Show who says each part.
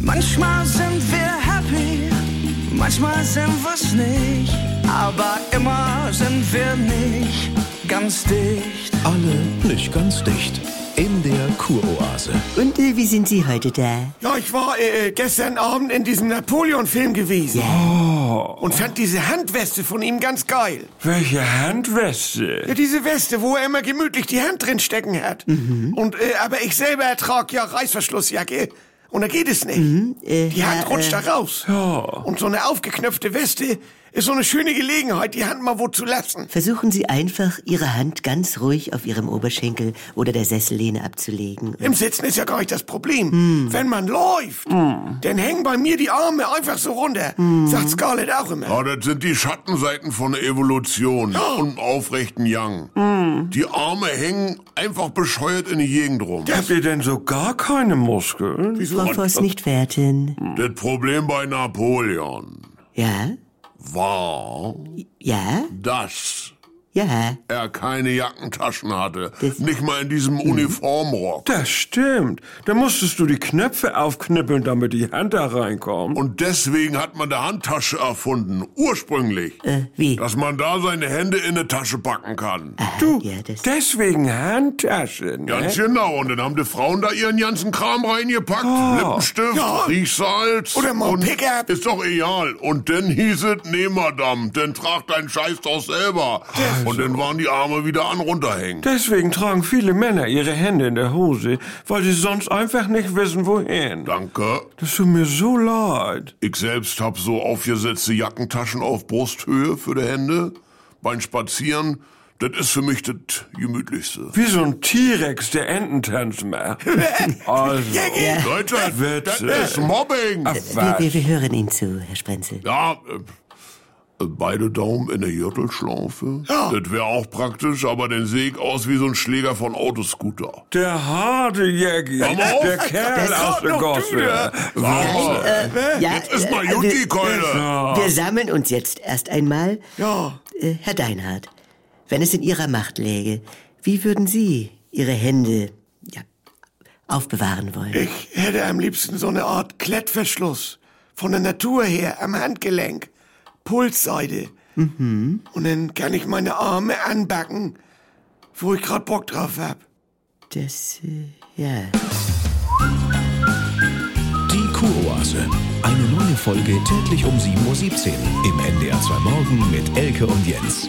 Speaker 1: Manchmal sind wir happy, manchmal sind wir's nicht, aber immer sind wir nicht ganz dicht.
Speaker 2: Alle nicht ganz dicht. In der Kuroase.
Speaker 3: Und äh, wie sind Sie heute da?
Speaker 4: Ja, ich war äh, gestern Abend in diesem Napoleon-Film gewesen. Und fand diese Handweste von ihm ganz geil.
Speaker 5: Welche
Speaker 4: Ja,
Speaker 5: Handweste?
Speaker 4: diese Weste, wo er immer gemütlich die Hand drin stecken hat. Und, äh, aber ich selber ertrag ja Reißverschlussjacke. Und da geht es nicht.
Speaker 3: Äh,
Speaker 4: Die Hand
Speaker 3: Herr,
Speaker 4: rutscht
Speaker 3: äh,
Speaker 4: da raus. Und so eine aufgeknöpfte Weste ist so eine schöne Gelegenheit, die Hand mal wo zu lassen.
Speaker 3: Versuchen Sie einfach, Ihre Hand ganz ruhig auf Ihrem Oberschenkel oder der Sessellehne abzulegen.
Speaker 4: Im Sitzen ist ja gar nicht das Problem. Wenn man läuft, dann hängen bei mir die Arme einfach so runter. Sagt Scarlett auch immer.
Speaker 6: Ja, das sind die Schattenseiten von der Evolution und dem aufrechten Yang. Die Arme hängen einfach bescheuert in die Gegend rum.
Speaker 5: Habt ihr denn so gar keine Muskeln?
Speaker 3: Frau Voss, nicht werten.
Speaker 6: Das Problem bei Napoleon
Speaker 3: Ja?
Speaker 6: war,
Speaker 3: Ja?
Speaker 6: dass
Speaker 3: Ja?
Speaker 6: er keine Jackentaschen hatte.
Speaker 3: Das-
Speaker 6: Nicht mal in diesem Uniformrock.
Speaker 5: Das stimmt. Da musstest du die Knöpfe aufknüppeln, damit die Hand da reinkommt.
Speaker 6: Und deswegen hat man eine Handtasche erfunden, ursprünglich.
Speaker 3: Äh, wie?
Speaker 6: Dass man da seine Hände in eine Tasche packen kann.
Speaker 3: Aha,
Speaker 5: Du,
Speaker 3: ja, das,
Speaker 5: deswegen Handtasche, ne?
Speaker 6: Ganz genau. Und dann haben die Frauen da ihren ganzen Kram reingepackt. Lippenstift,
Speaker 4: Ah, Ja.
Speaker 6: Riechsalz.
Speaker 4: Oder mal
Speaker 6: und
Speaker 4: Pickup.
Speaker 6: Ist doch egal. Und dann hieß es, nehm mal Damm, dann trag deinen Scheiß doch selber. Und dann waren die Arme wieder an runterhängen.
Speaker 5: Deswegen tragen viele Männer ihre Hände in der Hose, weil sie sonst einfach nicht wissen, wohin.
Speaker 6: Danke.
Speaker 5: Das tut mir so leid.
Speaker 6: Ich selbst hab so aufgesetzte Jackentaschen auf Brusthöhe für die Hände. Beim Spazieren, das ist für mich das Gemütlichste.
Speaker 5: Wie so ein T-Rex, der Ententanz macht. Also,
Speaker 6: Leute,
Speaker 5: Witze.
Speaker 6: das ist Mobbing.
Speaker 3: wir,
Speaker 5: was?
Speaker 3: wir, wir hören Ihnen zu, Herr Sprenzel.
Speaker 6: Ja, äh, beide Daumen in der Gürtelschlaufe. Das wäre auch praktisch, aber dann sehe ich aus wie so ein Schläger von Autoscooter.
Speaker 5: Der harte Jäger,
Speaker 6: Hör mal auf.
Speaker 5: der Kerl
Speaker 6: Das
Speaker 5: aus
Speaker 6: kommt
Speaker 5: der
Speaker 6: noch äh,
Speaker 5: Gosse.
Speaker 6: Wow.
Speaker 4: äh,
Speaker 3: ja,
Speaker 6: Jetzt ist mal
Speaker 3: äh,
Speaker 6: gut, die
Speaker 3: wir,
Speaker 6: Keule.
Speaker 3: wir sammeln uns jetzt erst einmal.
Speaker 4: Ja.
Speaker 3: Äh, Herr Deinhardt, wenn es in Ihrer Macht läge, wie würden Sie Ihre Hände ja, aufbewahren wollen?
Speaker 4: Ich hätte am liebsten so eine Art Klettverschluss. Von der Natur her, am Handgelenk. Pulsseide. Und dann kann ich meine Arme anbacken, wo ich grad Bock drauf hab.
Speaker 3: Das, äh, ja.
Speaker 2: Die Kuroase. Eine neue Folge täglich um 7.17 Uhr im NDR 2 Morgen mit Elke und Jens.